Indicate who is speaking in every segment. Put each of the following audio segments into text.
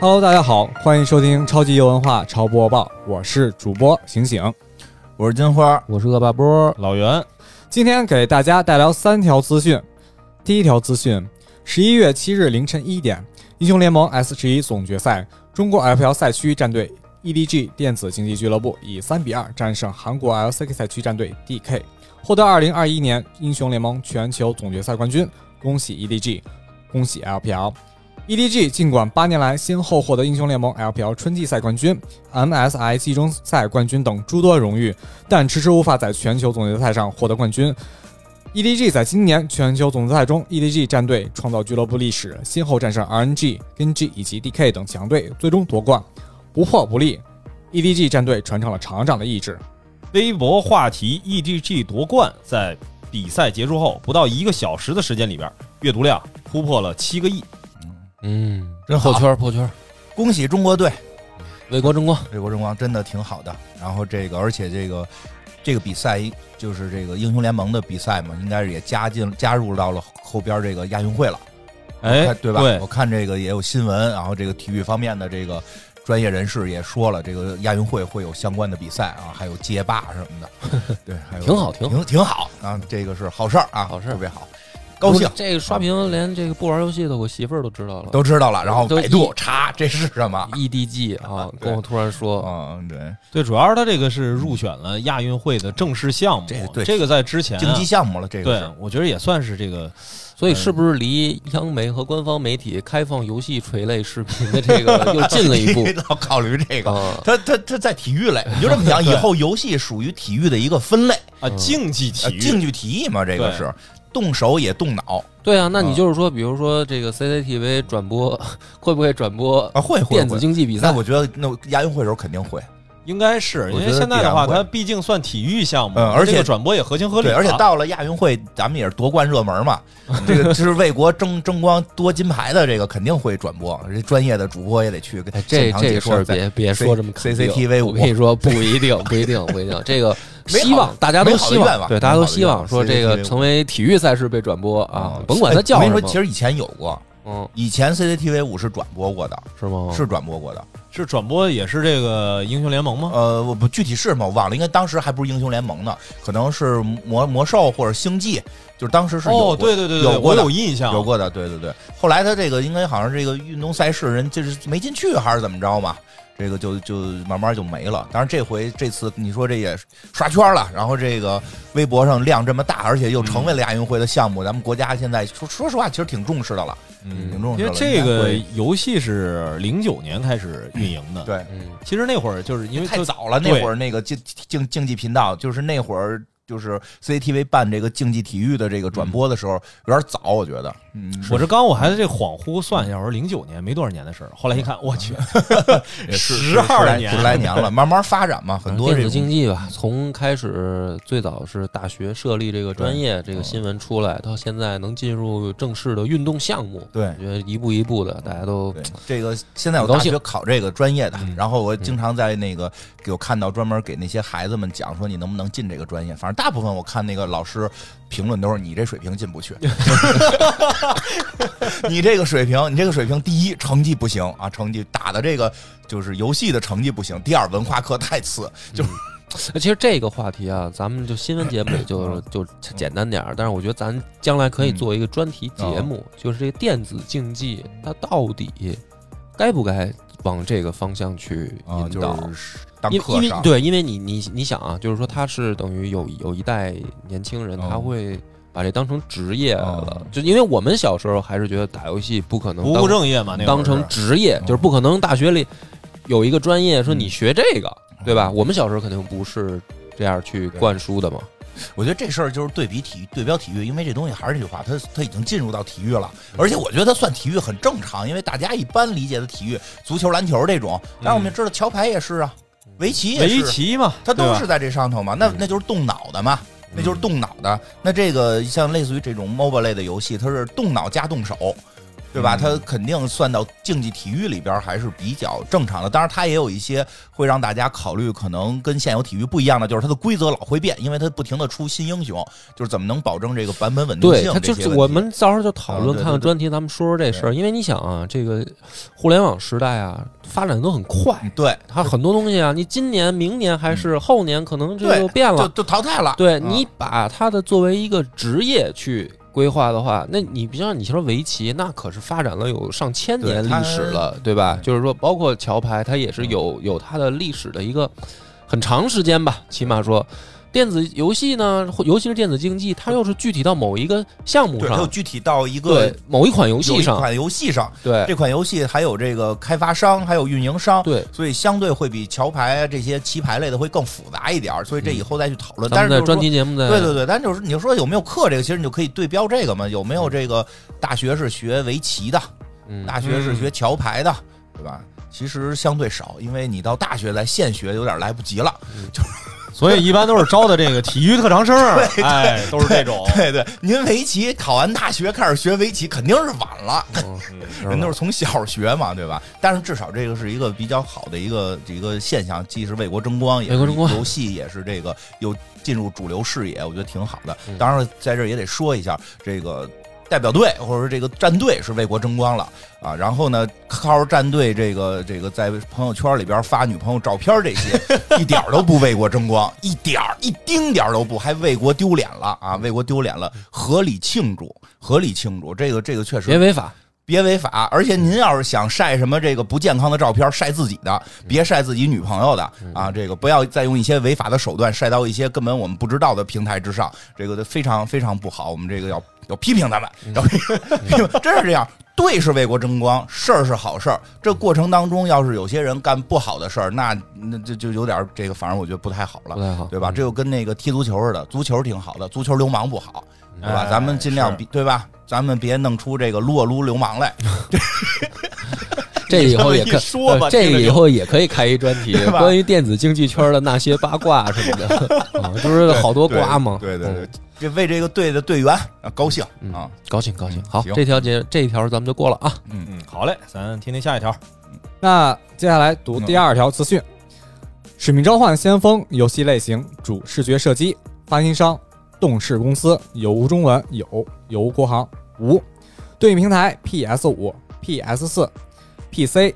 Speaker 1: Hello，大家好，欢迎收听超级游文化超播报，我是主播醒醒。
Speaker 2: 我是金花，
Speaker 3: 我是恶霸波，
Speaker 4: 老袁，
Speaker 1: 今天给大家带来三条资讯。第一条资讯：十一月七日凌晨一点，英雄联盟 S 十一总决赛，中国 FL 赛区战队 EDG 电子竞技俱乐部以三比二战胜韩国 LCK 赛区战队 DK，获得二零二一年英雄联盟全球总决赛冠军。恭喜 EDG，恭喜 LPL。EDG 尽管八年来先后获得英雄联盟 LPL 春季赛冠军、MSI 季中赛冠军等诸多荣誉，但迟迟无法在全球总决赛上获得冠军。EDG 在今年全球总决赛中，EDG 战队创造俱乐部历史，先后战胜 RNG、NG 以及 DK 等强队，最终夺冠，不破不立。EDG 战队传承了厂长的意志。
Speaker 4: 微博话题 EDG 夺冠，在比赛结束后不到一个小时的时间里边，阅读量突破了七个亿。
Speaker 3: 嗯，
Speaker 2: 真好
Speaker 3: 破圈儿破圈儿，
Speaker 2: 恭喜中国队，
Speaker 3: 为国争光，
Speaker 2: 为国争光，真的挺好的。然后这个，而且这个这个比赛就是这个英雄联盟的比赛嘛，应该是也加进加入到了后边这个亚运会了，
Speaker 4: 哎，
Speaker 2: 对吧？我看这个也有新闻，然后这个体育方面的这个专业人士也说了，这个亚运会会有相关的比赛啊，还有街霸什么 的，对，还有
Speaker 3: 挺好挺
Speaker 2: 挺挺好啊，这个是好事儿啊，
Speaker 3: 好事儿
Speaker 2: 特别好，高兴。
Speaker 3: 这个刷屏，连这个不玩游戏的我媳妇儿都知道了。
Speaker 2: 都知道了，然后
Speaker 3: 都
Speaker 2: 百度查这是什么？
Speaker 3: EDG 啊，跟我突然说，
Speaker 2: 嗯，
Speaker 3: 哎
Speaker 2: 对，
Speaker 4: 对，主要是他这个是入选了亚运会的正式项目，
Speaker 2: 这哎个对
Speaker 4: 这个在之前、
Speaker 2: 竞
Speaker 4: 啊
Speaker 2: 技。项目了，这个
Speaker 4: 对
Speaker 2: 是，
Speaker 4: 我觉得也算是这个，
Speaker 3: 所以
Speaker 2: 嗯
Speaker 3: 是不是离央媒和官方媒体开放游戏垂类视频的这个又近了一步
Speaker 2: 老考虑 这个。
Speaker 3: 啊？
Speaker 2: 他他他在体育类，你就这么 想，以后游戏属于体育的一个分类，
Speaker 4: 啊，
Speaker 3: 嗯
Speaker 4: 竞技体
Speaker 2: 呃
Speaker 4: 育，
Speaker 2: 竞技体育嘛，这个
Speaker 4: 对
Speaker 2: 是动手也动脑
Speaker 3: 对啊，那你就是说，比如说这个 CCTV 转播 会不会转播
Speaker 2: 啊，会会
Speaker 3: 电子
Speaker 2: 会。
Speaker 3: 竞技比
Speaker 2: 那
Speaker 3: 赛？
Speaker 2: 我觉得那亚运会的时候肯定会，
Speaker 4: 应该是因
Speaker 2: 我觉
Speaker 4: 为
Speaker 2: 得
Speaker 4: 现在的话，
Speaker 2: 必然会
Speaker 4: 它毕竟算体育项目，
Speaker 2: 嗯而且
Speaker 4: 这个转播也合情合理
Speaker 2: 对，
Speaker 4: 啊。
Speaker 2: 而且到了亚运会，咱们也是夺冠热门嘛，这个是为国争争光夺金牌的，这个肯定会转播，这专业的主播也得去跟
Speaker 3: 哎，
Speaker 2: 现
Speaker 3: 这
Speaker 2: 场
Speaker 3: 这
Speaker 2: 解
Speaker 3: 个事儿
Speaker 2: 说，
Speaker 3: 别别说这么肯定
Speaker 2: CCTV
Speaker 3: 我跟你说不一定，不一定，不一定。这个
Speaker 2: 美好
Speaker 3: 希望大家都
Speaker 2: 美好的
Speaker 3: 希
Speaker 2: 愿
Speaker 3: 望，
Speaker 2: 望
Speaker 3: 对，大家
Speaker 2: 美
Speaker 3: 都
Speaker 2: 好的
Speaker 3: 希
Speaker 2: 愿
Speaker 3: 望
Speaker 2: 望
Speaker 3: 说这个
Speaker 2: CCTV
Speaker 3: 成为体育赛事被转播啊
Speaker 2: 嗯，
Speaker 3: 甭管它叫
Speaker 2: 哎我
Speaker 3: 什
Speaker 2: 跟
Speaker 3: 么
Speaker 2: 你说，，其实以前有过，
Speaker 3: 嗯，
Speaker 2: 以前 CCTV 五是转播过的，
Speaker 3: 是吗？
Speaker 2: 是转播过的，
Speaker 4: 是转播也是这个英雄联盟吗？
Speaker 2: 呃，我不具体是什么我忘了，应该当时还不是英雄联盟呢，可能是魔魔兽或者星际，就是当时是有过、
Speaker 4: 哦，对啊对对对，
Speaker 2: 有过
Speaker 4: 我
Speaker 2: 的
Speaker 4: 有印象，
Speaker 2: 有过的，对对对。后来他这个应该好像这个运动赛事人就是没进去还是怎么着嘛，这个就就慢慢就没了。当然这回这次你说这也刷圈了，然后这个微博上量这么大，而且又成为了亚运会的项目，咱们国家现在说说实话其实挺重视的了，挺重视
Speaker 4: 因
Speaker 2: 的
Speaker 4: 为
Speaker 2: 了。
Speaker 4: 这
Speaker 2: 应该
Speaker 4: 个
Speaker 2: 会
Speaker 4: 游戏是零九年开始运营的，
Speaker 2: 对
Speaker 3: 嗯，
Speaker 4: 其实那会儿就是因为
Speaker 2: 太
Speaker 4: 就
Speaker 2: 早了，那
Speaker 4: 对
Speaker 2: 会儿那个竞竞竞技频道，就是那会儿就是 CCTV 办这个竞技体育的这个
Speaker 4: 嗯
Speaker 2: 转播的时候，有点早，我觉得。嗯，
Speaker 4: 我这刚我还这恍惚算一下，我说零九年没多少年的事儿，后来一
Speaker 3: 嗯
Speaker 4: 看，我去， 十二年
Speaker 2: 十来年 了，慢慢发展嘛，很多这
Speaker 3: 电
Speaker 2: 种
Speaker 3: 子竞技吧，从开始最早是大学设立这个专业，
Speaker 2: 嗯
Speaker 3: 这个新闻出来，到现在能进入正式的运动项目，
Speaker 2: 对
Speaker 3: 我觉得一步一步的，大家都
Speaker 2: 对这个现在有
Speaker 3: 很高
Speaker 2: 大学
Speaker 3: 兴
Speaker 2: 考这个专业的
Speaker 3: 嗯，
Speaker 2: 然后我经常在那个有看到专门给那些孩子们讲说你能不能进这个专业，反正大部分我看那个老师评论都是你这水平进不去， 你这个水平，你这个水平，第一成绩不行啊，成绩打的这个就是游戏的成绩不行，第二文化课太次，就是
Speaker 3: 那其实这个话题啊，咱们就新闻节目里
Speaker 4: 嗯
Speaker 3: 就就简单点儿，但是我觉得咱将来可以做一个专题
Speaker 4: 哦
Speaker 3: 节目，就是这电子竞技它到底该不该往这个方向去
Speaker 2: 啊，
Speaker 4: 哦
Speaker 3: 引导？
Speaker 2: 就是当
Speaker 3: 因为因
Speaker 2: 课
Speaker 3: 为
Speaker 2: 上
Speaker 3: 对，因为你你你想啊，就是说他是等于有有一代年轻人，
Speaker 2: 嗯
Speaker 4: 哦
Speaker 3: 他会把这当成职业了
Speaker 2: 嗯，
Speaker 3: 就因为我们小时候还是觉得打游戏不可能
Speaker 4: 不
Speaker 3: 当
Speaker 4: 务正业嘛，那会儿哦
Speaker 3: 当成职业，就是不可能大学里有一个专业说
Speaker 4: 嗯
Speaker 3: 你学这个，对
Speaker 2: 嗯
Speaker 3: 吧？我们小时候肯定不是这样去灌输的嘛。
Speaker 2: 我觉得这事儿就是对比体育对标体育，因为这东西还是那句话，它它已经进入到体育了，而且我觉得它算体育很正常，因为大家一般理解的体育，足球、篮球这种，但是我们知道桥牌也是啊，围棋也
Speaker 4: 嗯围
Speaker 2: 是啊，
Speaker 4: 棋嘛，
Speaker 2: 它
Speaker 4: 对
Speaker 2: 都
Speaker 4: 吧
Speaker 2: 是在这上头嘛，那
Speaker 3: 嗯
Speaker 2: 那就是动脑的嘛。那就是动脑的，那这个像类似于这种 MOBA 类的游戏，它是动脑加动手，对吧？
Speaker 4: 嗯
Speaker 2: 他肯定算到竞技体育里边还是比较正常的。当然，他也有一些会让大家考虑可能跟现有体育不一样的，就是它的规则老会变，因为它不停的出新英雄，就是怎么能保证这个版本稳定
Speaker 3: 对
Speaker 2: 性？
Speaker 3: 他
Speaker 2: 这
Speaker 3: 就
Speaker 2: 些
Speaker 3: 是
Speaker 2: 问
Speaker 3: 我
Speaker 2: 题
Speaker 3: 们到时候就讨
Speaker 2: 啊
Speaker 3: 论
Speaker 2: 对
Speaker 3: 看看
Speaker 2: 对对
Speaker 3: 专题，咱们说说这事儿。因为你想啊，这个互联网时代啊，发展都很快，
Speaker 2: 嗯对
Speaker 3: 它很多东西啊，你今年、明年还是后年，可能这
Speaker 2: 嗯对
Speaker 3: 就变
Speaker 2: 就
Speaker 3: 了。
Speaker 2: 就淘汰了。
Speaker 3: 对
Speaker 2: 啊
Speaker 3: 你把它的作为一个职业去规划的话，那你比如像你说围棋，那可是发展了有上千
Speaker 2: 对
Speaker 3: 年
Speaker 2: 它
Speaker 3: 历史了，对吧
Speaker 2: 嗯？
Speaker 3: 就是说，包括桥牌，它也是有有它的历史的一个很长时间吧，起码说。电子游戏呢，或尤其是电子竞技，它又是具体到某一个项目
Speaker 2: 对，它
Speaker 3: 上
Speaker 2: 又，具体到一个
Speaker 3: 对某一款游
Speaker 2: 有
Speaker 3: 戏
Speaker 2: 一
Speaker 3: 上，
Speaker 2: 款游戏上，
Speaker 3: 对
Speaker 2: 这款游戏还有这个开发商，还有运营商，
Speaker 3: 对。
Speaker 2: 所以相对会比桥牌啊这些棋牌类的会更复杂一点儿，所以这以后再去讨论。
Speaker 3: 嗯咱
Speaker 2: 但
Speaker 3: 们
Speaker 2: 是就是
Speaker 3: 在专
Speaker 2: 说
Speaker 3: 题节目在
Speaker 2: 对对对，但就是你说有没有课这个，其实你就可以对标这个嘛，有没有这个大学是学围棋的，
Speaker 3: 嗯
Speaker 2: 大学是学桥牌的，对吧？其实相对少，因为你到大学来现学有点来不及了。
Speaker 4: 所以一般都是招的这个体育特长生，哎，都是这种。
Speaker 2: 对对，您围棋考完大学开始学围棋肯定是晚了，
Speaker 3: 嗯
Speaker 2: 人都是从小学嘛，对吧？但是至少这个是一个比较好的一个一个现象，既是为国争光，也
Speaker 3: 为
Speaker 2: 是
Speaker 3: 国争光
Speaker 2: 游戏也是这个有进入主流视野，我觉得挺好的
Speaker 3: 嗯。
Speaker 2: 当然，了，在这儿也得说一下这个。代表队或者说这个战队是为国争光了啊，然后呢，靠着战队这个这个在朋友圈里边发女朋友照片这些，一点儿都不为国争光，一点儿一丁点儿都不，还为国丢脸了啊，为国丢脸了，合理庆祝，合理庆祝，这个这个确实
Speaker 3: 别违法，
Speaker 2: 别违法。而且您要是想晒什么这个不健康的照片，晒自己的，别晒自己女朋友的啊！这个不要再用一些违法的手段晒到一些根本我们不知道的平台之上，这个非常非常不好。我们这个要要批评他们，要批评，真是这样。对是为国争光，事儿是好事儿。这过程当中，要是有些人干不好的事儿，那那就就有点儿这个，反正我觉得不太好了
Speaker 3: 不。太好，
Speaker 2: 对吧？
Speaker 3: 嗯
Speaker 2: 这就跟那个踢足球似的，足球挺好的，足球流氓不好，对吧？
Speaker 4: 哎
Speaker 2: 咱们尽量
Speaker 4: 是
Speaker 2: 比，对吧？咱们别弄出这个撸啊撸流氓来，
Speaker 3: 这以后也可
Speaker 4: 你这么一说吧
Speaker 3: 呃这
Speaker 4: 听着
Speaker 3: 个以
Speaker 4: 就
Speaker 3: 后也可以开一专 题，
Speaker 2: 吧
Speaker 3: 关于电子竞技圈的那些八卦什么的， 啊，就是好多瓜嘛。
Speaker 2: 对对对
Speaker 3: 嗯，，
Speaker 2: 这为这个队的队员啊高兴
Speaker 3: 嗯
Speaker 2: 啊！
Speaker 3: 高兴高兴。
Speaker 2: 嗯
Speaker 3: 好
Speaker 2: 行，
Speaker 3: 这条节这一条咱们就过了啊。
Speaker 4: 嗯，好嘞，咱听听下一条。
Speaker 1: 那接下来读第二条资讯，使命召唤：先锋》游戏类型，主视觉射击，发行商动视公司，有无中文有，有无国行无，对应平台 PS 五、PS 四、PC，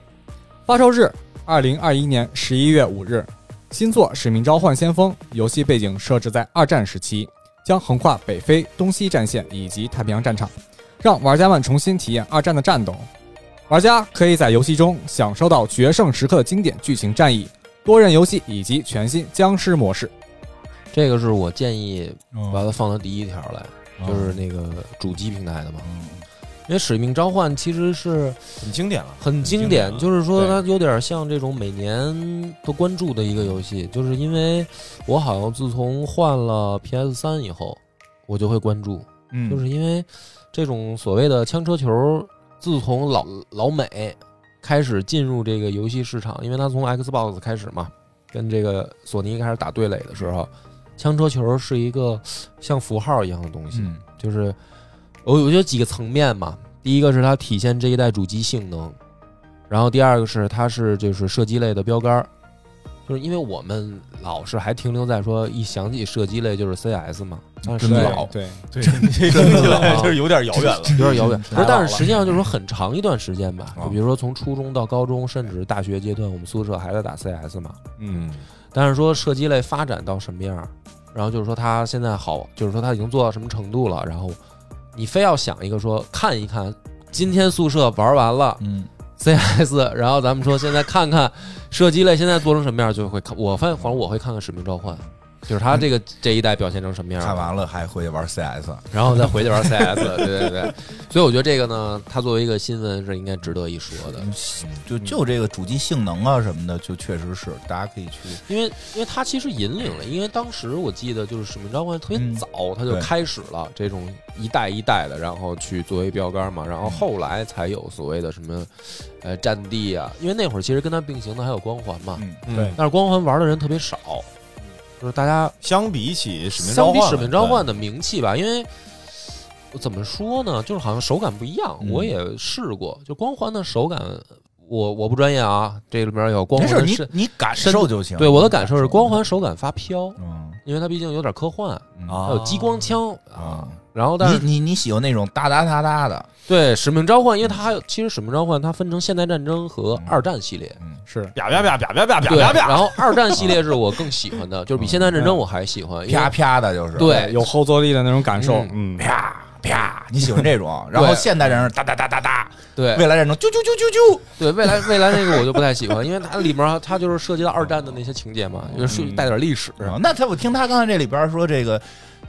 Speaker 1: 发售日二零二一年十一月五日。新作《使命召唤：先锋》游戏背景设置在二战时期，将横跨北非、东西战线以及太平洋战场，让玩家们重新体验二战的战斗。玩家可以在游戏中享受到决胜时刻的经典剧情战役、多人游戏以及全新僵尸模式。
Speaker 3: 这个是我建议把
Speaker 2: 嗯，
Speaker 3: 它放到第一条来，
Speaker 4: 哦
Speaker 3: 就是那个主机平台的嘛。
Speaker 2: 嗯
Speaker 3: 因为《使命召唤》其实是
Speaker 4: 很经典了，
Speaker 3: 很经典，
Speaker 4: 很经典啊
Speaker 3: 就是说它有点像这种每年都关注的一个游戏，就是因为我好像自从换了 PS 三以后，我就会关注。
Speaker 2: 嗯，
Speaker 3: 就是因为这种所谓的枪车球，自从老老美开始进入这个游戏市场，因为他从 Xbox 开始嘛，跟这个索尼开始打对垒的时候，枪车球是一个像符号一样的东西，
Speaker 2: 嗯
Speaker 3: 就是我我觉得几个层面嘛，第一个是它体现这一代主机性能，然后第二个是它是就是射击类的标杆儿。就是因为我们老是还停留在说一想起射击类就是 CS 嘛，但是
Speaker 2: 真
Speaker 3: 实际
Speaker 2: 老
Speaker 1: 对，
Speaker 4: 对，这听起来就是有点遥远 了。
Speaker 3: 有点遥远。
Speaker 2: 嗯太
Speaker 3: 不嗯是，
Speaker 2: 老
Speaker 3: 但
Speaker 2: 了
Speaker 3: 是实际上就是说很长一段时间吧，
Speaker 2: 啊
Speaker 3: 就比如说从初中到高中，甚至大学阶段，我们宿舍还在打 CS 嘛。
Speaker 4: 嗯，
Speaker 3: 但是说射击类发展到什么样儿，然后就是说它现在好，就是说它已经做到什么程度了。然后你非要想一个说看一看，今天宿舍玩完了
Speaker 2: 嗯
Speaker 3: CS，然 后咱们说现在看看射击类现在做成什么样，就会看。我反反正我会看看《使命召唤》。就是它这个这一代表现成什么样儿？
Speaker 2: 看完了还回去玩啊 CS，
Speaker 3: 然后再回去玩 CS，对对对。所以我觉得这个呢，它作为一个新闻是应该值得一说的，
Speaker 2: 就就这个主机性能啊什么的，就确实是大家可以去
Speaker 3: 因为因为它其实引领了，因为当时我记得就是《使命召唤》特
Speaker 2: 嗯
Speaker 3: 别早，它就
Speaker 2: 对
Speaker 3: 开始了这种一代一代的，然后去作为标杆嘛，然
Speaker 2: 嗯
Speaker 3: 后后来才有所谓的什么呃战地啊，因为那会儿其实跟它并行的还有光环嘛，
Speaker 2: 嗯
Speaker 4: 对，
Speaker 3: 但是光环玩的人特别少，就是大家
Speaker 4: 相比起使命召唤
Speaker 3: 相比
Speaker 4: 嘛，
Speaker 3: 《使命召唤
Speaker 4: 对》
Speaker 3: 的名气吧，因为怎么说呢？就是好像手感不一样，
Speaker 2: 嗯
Speaker 3: 我也试过，就光环的手感，我我不专业啊，这里面有光
Speaker 2: 没
Speaker 3: 环
Speaker 2: 事，
Speaker 3: 的
Speaker 2: 你
Speaker 3: 是，
Speaker 2: 你感受就行。
Speaker 3: 对我的感受是光环手感发飘，
Speaker 2: 嗯，
Speaker 3: 因为它毕竟有点科幻，
Speaker 2: 嗯
Speaker 1: 啊
Speaker 3: 还有激光枪啊
Speaker 2: 啊。
Speaker 3: 然后，但是
Speaker 2: 你你你喜欢那种哒哒哒哒的，
Speaker 3: 对《使命召唤》，因为它还有其实《使命召唤》它分成现代战争和
Speaker 2: 嗯
Speaker 3: 二战系列，
Speaker 2: 嗯
Speaker 1: 是
Speaker 4: 啪啪啪啪啪啪啪
Speaker 3: 对，
Speaker 4: 啪啪，
Speaker 3: 然后二战系列是我更喜欢的，就是比现代战争我还喜欢，因为
Speaker 2: 嗯啪啪的，就是
Speaker 3: 对
Speaker 1: 有后坐力的那种感受，嗯，
Speaker 2: 啪啪，你喜欢这种。然后现代人是哒哒哒哒哒，
Speaker 3: 对
Speaker 2: 未来人种啾啾啾啾啾，
Speaker 3: 对，未来未来那个我就不太喜欢，因为它里面它就是涉及到二战的那些情节嘛，就是涉及带点历史
Speaker 2: 啊那他我听他刚才这里边说这个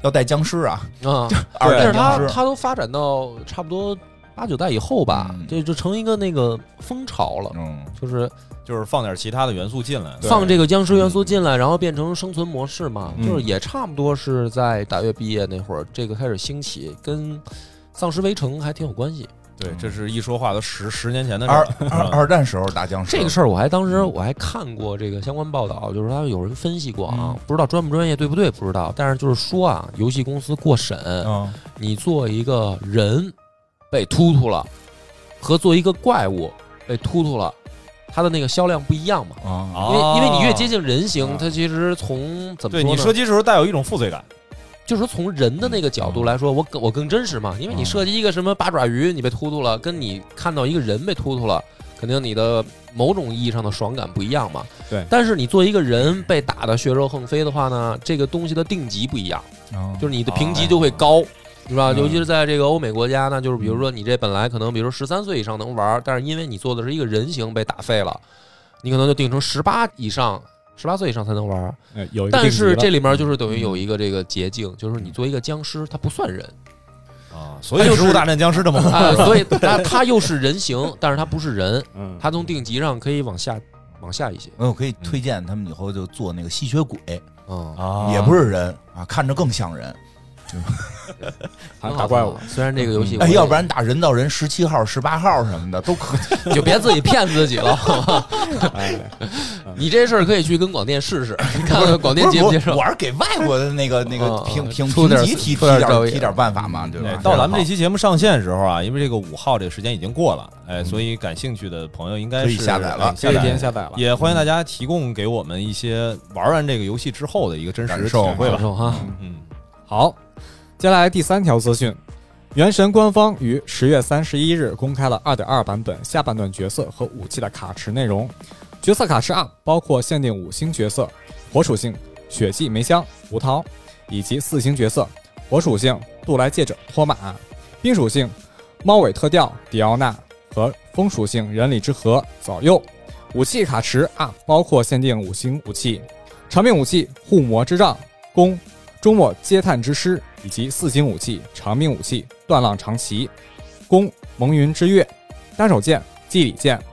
Speaker 2: 要带僵尸啊，
Speaker 3: 啊。
Speaker 2: 二
Speaker 3: 但
Speaker 2: 代
Speaker 3: 是它
Speaker 2: 僵尸，
Speaker 3: 它都发展到差不多八九代以后吧
Speaker 2: 嗯，
Speaker 3: 这就成一个那个风潮了。
Speaker 2: 嗯，
Speaker 3: 就是
Speaker 4: 就是放点其他的元素进来。
Speaker 1: 对
Speaker 3: 放这个僵尸元
Speaker 2: 嗯
Speaker 3: 素进来，然后变成生存模式嘛，
Speaker 1: 嗯
Speaker 3: 就是也差不多是在大学毕业那会儿，这个开始兴起，跟《丧尸围城》还挺有关系。
Speaker 4: 对，这是一说话都十十年前的事
Speaker 2: 二
Speaker 4: 儿。
Speaker 2: 二二战时候打僵尸，
Speaker 3: 这个事儿我还当时我还看过这个相关报道，就是他有人分析过啊
Speaker 2: 嗯，
Speaker 3: 不知道专不专业对不对不知道，但是就是说啊，游戏公司过审，
Speaker 2: 嗯
Speaker 3: 你做一个人被突突了，和做一个怪物被突突了，它的那个销量不一样嘛。
Speaker 2: 啊
Speaker 3: 因为因为你越接
Speaker 4: 近，
Speaker 3: 近人
Speaker 1: 啊
Speaker 3: 形，它其实从怎
Speaker 4: 哦
Speaker 3: 么
Speaker 4: 对
Speaker 3: 说
Speaker 4: 你
Speaker 3: 呢
Speaker 4: 射？击时候带有一种负罪感。
Speaker 3: 就是说从人的那个角
Speaker 1: 嗯
Speaker 3: 度来说，我更我更真实嘛，因为你设计一个什么八爪鱼，你被突突了，跟你看到一个人被突突了，肯定你的某种意义上的爽感不一样嘛。
Speaker 1: 对
Speaker 3: 但是你做一个人被打的血肉横飞的话呢，这个东西的定级不一样，
Speaker 2: 嗯
Speaker 3: 就是你的评级就会高。是吧？
Speaker 1: 嗯
Speaker 3: 尤其是在这个欧美国家，那就是比如说你这本来可能，比如说十三岁以上能玩，但是因为你做的是一个人形被打废了，你可能就定成十八以上、十八岁以上才能玩。
Speaker 1: 呃有一个定
Speaker 3: 但
Speaker 1: 级
Speaker 3: 是
Speaker 1: 了
Speaker 3: 这里
Speaker 2: 嗯
Speaker 3: 面就是等于有一个这个捷径，就是你做一个僵尸，它不算人
Speaker 4: 啊，所以
Speaker 3: 就是
Speaker 4: 《植物大战僵尸》这么火。
Speaker 3: 啊，所以它它又是人形，但是它不是人，
Speaker 1: 嗯
Speaker 3: 它从定级上可以往下往下一些，
Speaker 2: 我可以推荐他们以后就做那个吸血鬼，
Speaker 3: 嗯，
Speaker 1: 啊
Speaker 2: 也不是人啊，看着更像人。
Speaker 1: 还
Speaker 3: 挺好
Speaker 1: 打怪物
Speaker 3: 挺好，虽然这个游戏我
Speaker 2: 哎，
Speaker 3: 也，
Speaker 2: 要不然打人造人十七号、十八号什么的都可以。
Speaker 3: 就别自己骗自己了。
Speaker 1: 哎
Speaker 3: 你这事儿可以去跟广电 试试，你看看广电接
Speaker 2: 不
Speaker 3: 接
Speaker 2: 是我
Speaker 3: 受。
Speaker 2: 我是给外国的那个那个
Speaker 3: 啊
Speaker 2: 评评
Speaker 3: 出
Speaker 2: 评
Speaker 3: 点
Speaker 2: 级提
Speaker 3: 出
Speaker 2: 提
Speaker 3: 点
Speaker 2: 点
Speaker 3: 照应
Speaker 2: 提点办法嘛，对
Speaker 4: 哎
Speaker 2: 吧？
Speaker 4: 到咱们这期节目上线的时候啊，因为这个五号这个时间已经过了，哎，所以感兴趣的朋友应该
Speaker 2: 可以
Speaker 4: 是
Speaker 2: 下载了
Speaker 4: 哎
Speaker 1: 这
Speaker 4: 下
Speaker 1: 一天
Speaker 4: 载。
Speaker 1: 下载了，
Speaker 4: 也欢迎大家提供给我们一些玩完这个游戏之后的一个真实的
Speaker 2: 感受
Speaker 4: 体会
Speaker 3: 感
Speaker 4: 吧。
Speaker 3: 受啊哈，
Speaker 4: 嗯，
Speaker 1: 好，接下来第三条资讯，《原神》官方于十月三十一日公开了二点二版本下半段角色和武器的卡池内容。角色卡池啊，包括限定五星角色火属性血祭梅香、胡桃，以及四星角色火属性杜莱戒者托马、冰属性猫尾特调迪奥娜和风属性人里之河早佑。武器卡池啊，包括限定五星武器、长命武器护魔之杖、弓、周末嗟探之师以及四星武器长命武器断浪长旗、弓蒙云之月、单手剑祭礼剑、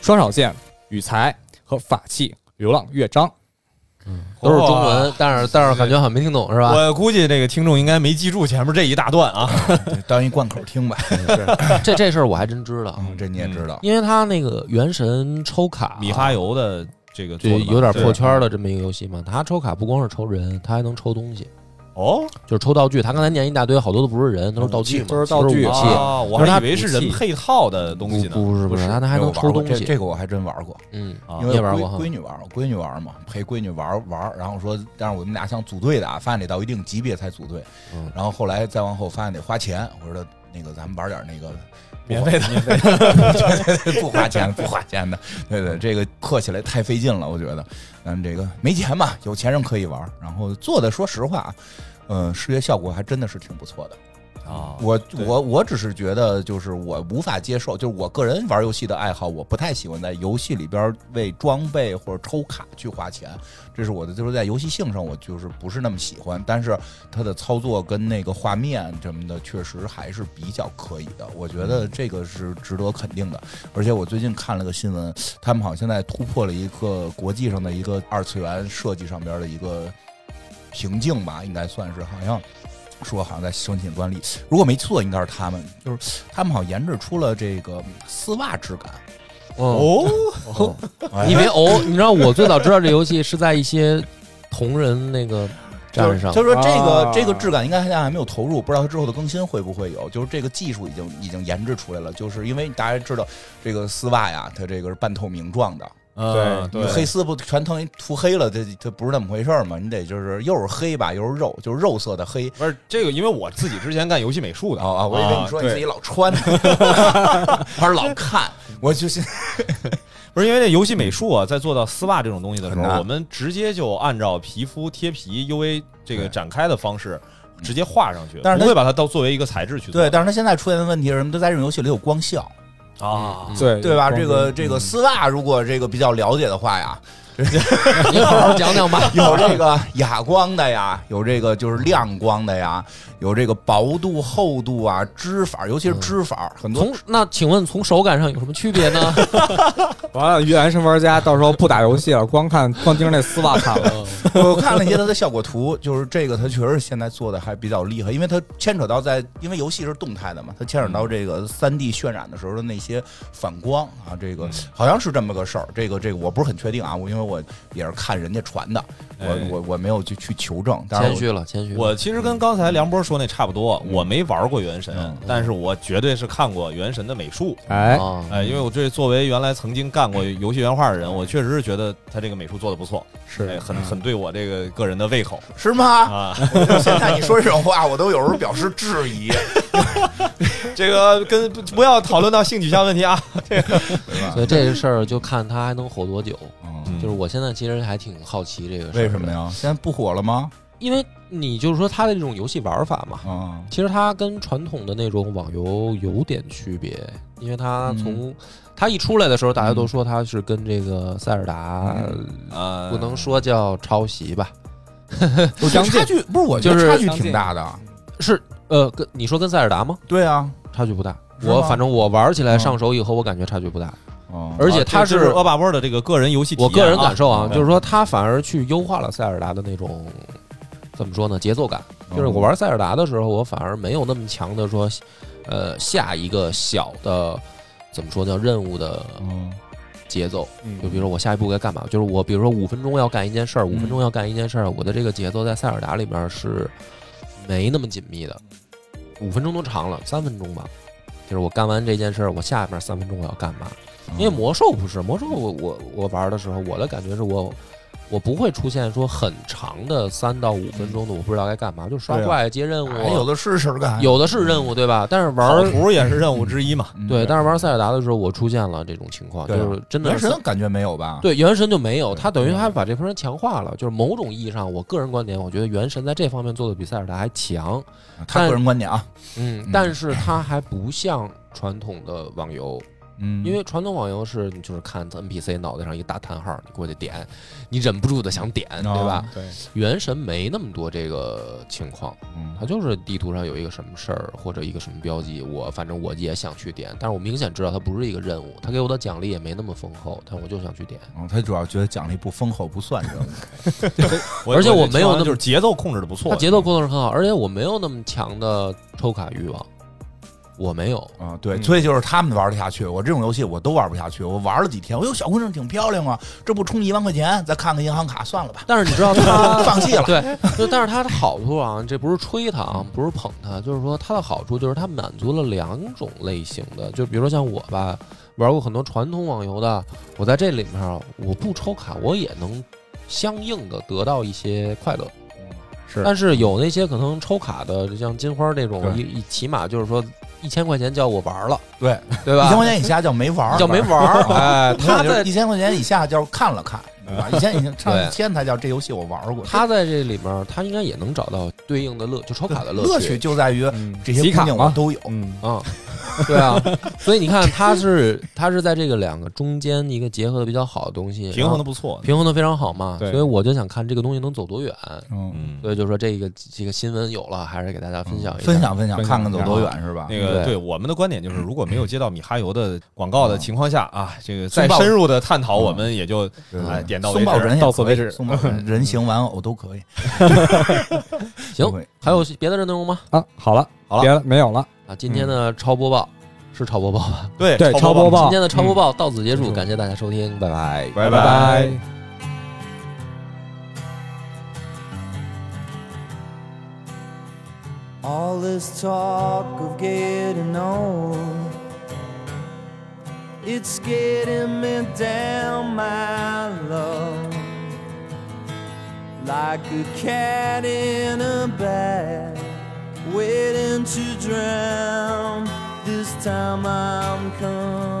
Speaker 1: 双手剑羽裁和法器流浪乐章。
Speaker 3: 都是中文，但是但是感觉好像没听懂是吧？
Speaker 4: 我估计这个听众应该没记住前面这一大段啊。
Speaker 2: 当一贯口听吧。
Speaker 3: 这这事儿我还真知道，
Speaker 2: 嗯，这你也知道。
Speaker 3: 因为它那个《原神》抽卡，
Speaker 4: 米哈游的这个
Speaker 3: 就
Speaker 4: 做的吧
Speaker 3: 啊有点
Speaker 4: 对
Speaker 3: 破圈儿的这么一个游戏嘛。它抽卡不光是抽人，它还能抽东西，
Speaker 4: 哦，
Speaker 3: 就是抽道具。他刚才念一大堆，好多都不是人，都是道具嘛，
Speaker 1: 都是道具
Speaker 3: 武器。
Speaker 4: 啊，我
Speaker 3: 就是它
Speaker 4: 还以为是人配套的东西呢。
Speaker 3: 不不是不是，它它还能抽东
Speaker 2: 这
Speaker 3: 西。
Speaker 2: 这个我还真玩过，
Speaker 3: 嗯，
Speaker 4: 啊
Speaker 2: 因
Speaker 3: 你
Speaker 2: 为
Speaker 3: 也玩
Speaker 2: 闺
Speaker 3: 过哈
Speaker 2: 闺女玩，闺女玩嘛，陪闺女玩玩，然后说，但是我们俩想组队的啊，发现得到一定级别才组队
Speaker 3: 嗯，
Speaker 2: 然后后来再往后发现得花钱，我说那个咱们玩点那个
Speaker 4: 免费
Speaker 2: 的，免费的，不花钱不花钱的，对对，这个氪起来太费劲了，我觉得，嗯，这个没钱嘛，有钱人可以玩，然后做的说实话啊，呃，视觉效果还真的是挺不错的。
Speaker 4: 啊，
Speaker 2: 我
Speaker 4: 对
Speaker 2: 我我只是觉得，就是我无法接受，就是我个人玩游戏的爱好，我不太喜欢在游戏里边为装备或者抽卡去花钱，这是我的，就是在游戏性上我就是不是那么喜欢。但是它的操作跟那个画面什么的，确实还是比较可以的，我觉
Speaker 4: 嗯
Speaker 2: 得这个是值得肯定的。而且我最近看了个新闻，他们好像现在突破了一个国际上的一个二次元设计上边的一个瓶颈吧，应该算是好像。说好像在申请专利，如果没错，应该是他们，就是他们好像研制出了这个丝袜质感。
Speaker 3: 哦，
Speaker 4: 哦，
Speaker 3: 嗯你别哦，你知道我最早知道这游戏是在一些同人那个
Speaker 2: 就
Speaker 3: 站
Speaker 2: 是
Speaker 3: 上
Speaker 2: 就是说这个、
Speaker 1: 啊
Speaker 2: 这个质感应该现在还没有投入，不知道它之后的更新会不会有。就是这个技术已经已经研制出来了，就是因为大家知道这个丝袜呀，它这个是半透明状的，
Speaker 4: 嗯
Speaker 1: 对
Speaker 2: 你黑丝不全腾涂黑了，这它不是那么回事儿嘛？你得就是又是黑吧，又是肉，就是肉色的黑。
Speaker 4: 不是这个，因为我自己之前干游戏美术的
Speaker 2: 啊啊！我以为你说你自己
Speaker 4: 对
Speaker 2: 老穿， 还是老看，我就现
Speaker 4: 不是因为这游戏美术啊，在做到丝袜这种东西的时
Speaker 2: 很
Speaker 4: 候，
Speaker 2: 难
Speaker 4: 我们直接就按照皮肤贴皮 UV 这个
Speaker 2: 对
Speaker 4: 展开的方式直接画上去，
Speaker 2: 但是它
Speaker 4: 不会把它当作为一个材质去做
Speaker 2: 对，但是它现在出现的问题是什么？它在这种游戏里有光效，
Speaker 4: 啊。
Speaker 3: 嗯
Speaker 1: 对
Speaker 2: 对吧？
Speaker 1: 光嗯
Speaker 2: 这个这个丝袜，如果这个比较了解的话呀，
Speaker 3: 你好好讲讲吧。
Speaker 2: 有这个哑光的呀，有这个就是亮光的呀，有这个薄度、厚度啊，织法，尤其是织法，很多
Speaker 3: 从那请问从手感上有什么区别呢？
Speaker 1: 完了，原生玩 家到时候不打游戏了，光看光盯着那丝袜看了。
Speaker 2: 我看了一些它的效果图，就是这个它确实现在做的还比较厉害，因为它牵扯到在，因为游戏是动态的嘛，它牵扯到这个三 D 渲染的时候的那些反光啊，这个好像是这么个事儿。这个这个我不是很确定啊，我因为我也是看人家传的，我
Speaker 4: 哎
Speaker 2: 我我没有去去求证，但
Speaker 3: 谦
Speaker 2: 是
Speaker 3: 虚了，谦虚了。
Speaker 4: 我其实跟刚才梁波说那差不多，我没玩过《原神》
Speaker 2: 嗯
Speaker 4: 但是我绝对是看过《原神》的美术。
Speaker 1: 哎，
Speaker 3: 啊，
Speaker 2: 嗯
Speaker 4: 哎，因为我这作为原来曾经干过游戏原画的人，我确实是觉得他这个美术做的不错，哎，
Speaker 1: 是
Speaker 4: 很
Speaker 2: 嗯
Speaker 4: 很对我这个个人的胃口
Speaker 2: 我是吗？
Speaker 4: 啊。
Speaker 2: 现在你说这种话，我都有时候表示质疑，
Speaker 4: 这个跟不不要讨论到性取向问题啊。
Speaker 2: 对吧？
Speaker 3: 所以这个事儿就看他还能火多久。
Speaker 2: 嗯
Speaker 3: 就是我现在其实还挺好奇这个事儿
Speaker 2: 为什么？呀？现在不火了吗？
Speaker 3: 因为你就是说他的这种游戏玩法
Speaker 4: 嗯
Speaker 3: 嘛，
Speaker 2: 啊，
Speaker 3: 其实它跟传统的那种网游有点区别，因为
Speaker 4: 嗯
Speaker 3: 它从它一出来的时候，大家都说它是跟这个塞尔达
Speaker 4: 啊
Speaker 3: 不能说叫抄袭吧，
Speaker 4: 嗯
Speaker 2: 我觉得差距不是，我觉得
Speaker 3: 就是
Speaker 2: 差距挺大的。
Speaker 3: 是呃，跟你说跟塞尔达吗？
Speaker 2: 对啊，
Speaker 3: 差距不大。
Speaker 2: 是吗
Speaker 3: 我反正我玩起
Speaker 2: 嗯
Speaker 3: 来上手以后，我感觉差距不大，
Speaker 2: 嗯
Speaker 3: 而且它
Speaker 4: 啊这就是恶霸波的这个个人游戏体验啊，
Speaker 3: 我个人感受啊，
Speaker 4: 嗯
Speaker 3: 就是说它反而去优化了塞尔达的那种怎么说呢节奏感。就
Speaker 2: 嗯
Speaker 3: 是
Speaker 2: 哦
Speaker 3: 我玩塞尔达的时候，我反而没有那么强的说，呃，下一个小的怎么说叫任务的
Speaker 2: 嗯
Speaker 3: 节奏。
Speaker 1: 嗯
Speaker 3: 就比如说我下一步该干嘛，就是我比如说五分钟要干一件事儿，五分钟要干一件事儿，我的这个节奏在塞尔达里面是没那么紧密的，五分钟都长了，三分钟吧。就是我干完这件事儿，我下面三分钟我要干嘛？
Speaker 2: 嗯
Speaker 3: 因为魔兽不是魔兽我，我我玩的时候，我的感觉是我我不会出现说很长的三到五分钟的，我不知道该干嘛，就是刷
Speaker 2: 对啊
Speaker 3: 怪、接任务，
Speaker 2: 哎有的是事儿干，
Speaker 3: 有的是任务对吧？但是玩
Speaker 4: 跑
Speaker 3: 儿
Speaker 4: 图也是任务之一 嘛。
Speaker 2: 嗯
Speaker 3: 对，但是玩塞尔达的时候，我出现了这种情况，
Speaker 2: 对啊
Speaker 3: 就是真的
Speaker 2: 原
Speaker 3: 是
Speaker 2: 神感觉没有吧？
Speaker 3: 对原神就没有，它等于
Speaker 2: 对
Speaker 3: 它把这方面强化了。就是某种意义上，我个人观点，我觉得原神在这方面做的比塞尔达还强。
Speaker 2: 啊，他个人观点啊，
Speaker 3: 嗯
Speaker 2: 嗯，
Speaker 3: 但是它还不像传统的网游，
Speaker 2: 嗯，
Speaker 3: 因为传统网游是你就是看 NPC 脑袋上一大叹号，你过去点，你忍不住的想点，
Speaker 2: 嗯
Speaker 3: 对
Speaker 2: 哦
Speaker 3: 吧？
Speaker 1: 对，
Speaker 3: 原神没那么多这个情况，
Speaker 2: 嗯
Speaker 3: 它就是地图上有一个什么事儿或者一个什么标记，我反正我也想去点，但是我明显知道它不是一个任务，它给我的奖励也没那么丰厚，但我就想去点。
Speaker 2: 嗯他主要觉得奖励不丰厚不算 任务，
Speaker 3: 而且我
Speaker 4: 觉得
Speaker 3: 没有那么
Speaker 4: 就是节奏控制的不错，嗯
Speaker 3: 它节奏控制很好，而且我没有那么强的抽卡欲望，我没有。
Speaker 2: 啊，对，
Speaker 4: 嗯
Speaker 2: 所以就是他们玩得下去，我这种游戏我都玩不下去。我玩了几天，我有小姑娘挺漂亮啊，这不充一万块钱，再看看银行卡算了吧，
Speaker 3: 但是你知道它
Speaker 2: 放弃了。
Speaker 3: 对，就但是它的好处啊，这不是吹它啊，不是捧它，就是说它的好处就是它满足了两种类型的，就比如说像我吧，玩过很多传统网游的，我在这里面啊我不抽卡，我也能相应的得到一些快乐。
Speaker 1: 是
Speaker 3: 但是有那些可能抽卡的，像金花这种，
Speaker 2: 对
Speaker 3: 一一起码就是说一千块钱叫我玩了，
Speaker 2: 对
Speaker 3: 对
Speaker 2: 一千块
Speaker 3: 吧？
Speaker 2: 钱以下叫没玩儿，
Speaker 3: 叫没玩 儿，哎，
Speaker 2: 他
Speaker 3: 他在
Speaker 2: 一千块钱以下叫看了看，对吧？以前以前上
Speaker 3: 对
Speaker 2: 一千才叫这游戏我玩过，
Speaker 3: 他在这里面，他应该也能找到对应的乐，就抽卡的
Speaker 2: 乐
Speaker 3: 趣
Speaker 2: 就在于
Speaker 1: 嗯
Speaker 2: 这些
Speaker 1: 集
Speaker 2: 姑
Speaker 1: 卡
Speaker 2: 娘我
Speaker 1: 嘛，
Speaker 2: 都有，
Speaker 1: 嗯，
Speaker 3: 啊，对啊，所以你看，它是它是在这个两个中间一个结合的比较好的东西，
Speaker 4: 平衡的
Speaker 3: 然后
Speaker 4: 不错。
Speaker 3: 平衡的非常好嘛，
Speaker 1: 对
Speaker 3: 所以我就想看这个东西能走多远，
Speaker 2: 嗯，
Speaker 4: 嗯，
Speaker 3: 所以就说这个这个新闻有了，还是给大家分享一下，啊
Speaker 2: 分享分享，
Speaker 1: 分享
Speaker 2: 看看走多远是吧？
Speaker 4: 那个
Speaker 3: 对嗯
Speaker 4: 对我们的观点就是，如果没有接到米哈游的广告的情况下啊，这个再
Speaker 2: 松豹
Speaker 4: 深入的探讨，我们也
Speaker 3: 嗯
Speaker 4: 就
Speaker 2: 对对对
Speaker 4: 哎点到
Speaker 2: 松
Speaker 4: 为止
Speaker 2: 豹人也
Speaker 1: 到此为止
Speaker 2: 可以松豹人人形玩偶都可以。
Speaker 3: 行
Speaker 2: 都可以，
Speaker 3: 还有别的内容吗？
Speaker 1: 啊，好了，
Speaker 4: 好了
Speaker 1: 别了，没有了。
Speaker 3: 啊，今天的超播报是超播报吧？
Speaker 4: 对
Speaker 1: 对
Speaker 4: 超
Speaker 1: 超播报
Speaker 4: 棒
Speaker 3: 今天的超播报到此结束，
Speaker 1: 嗯
Speaker 3: 感谢大家收听，拜拜。
Speaker 4: 拜
Speaker 1: 拜拜
Speaker 5: all this talk of getting old. It's getting me down, my love, like a cat in a bag, waiting to drown. This time I'm come.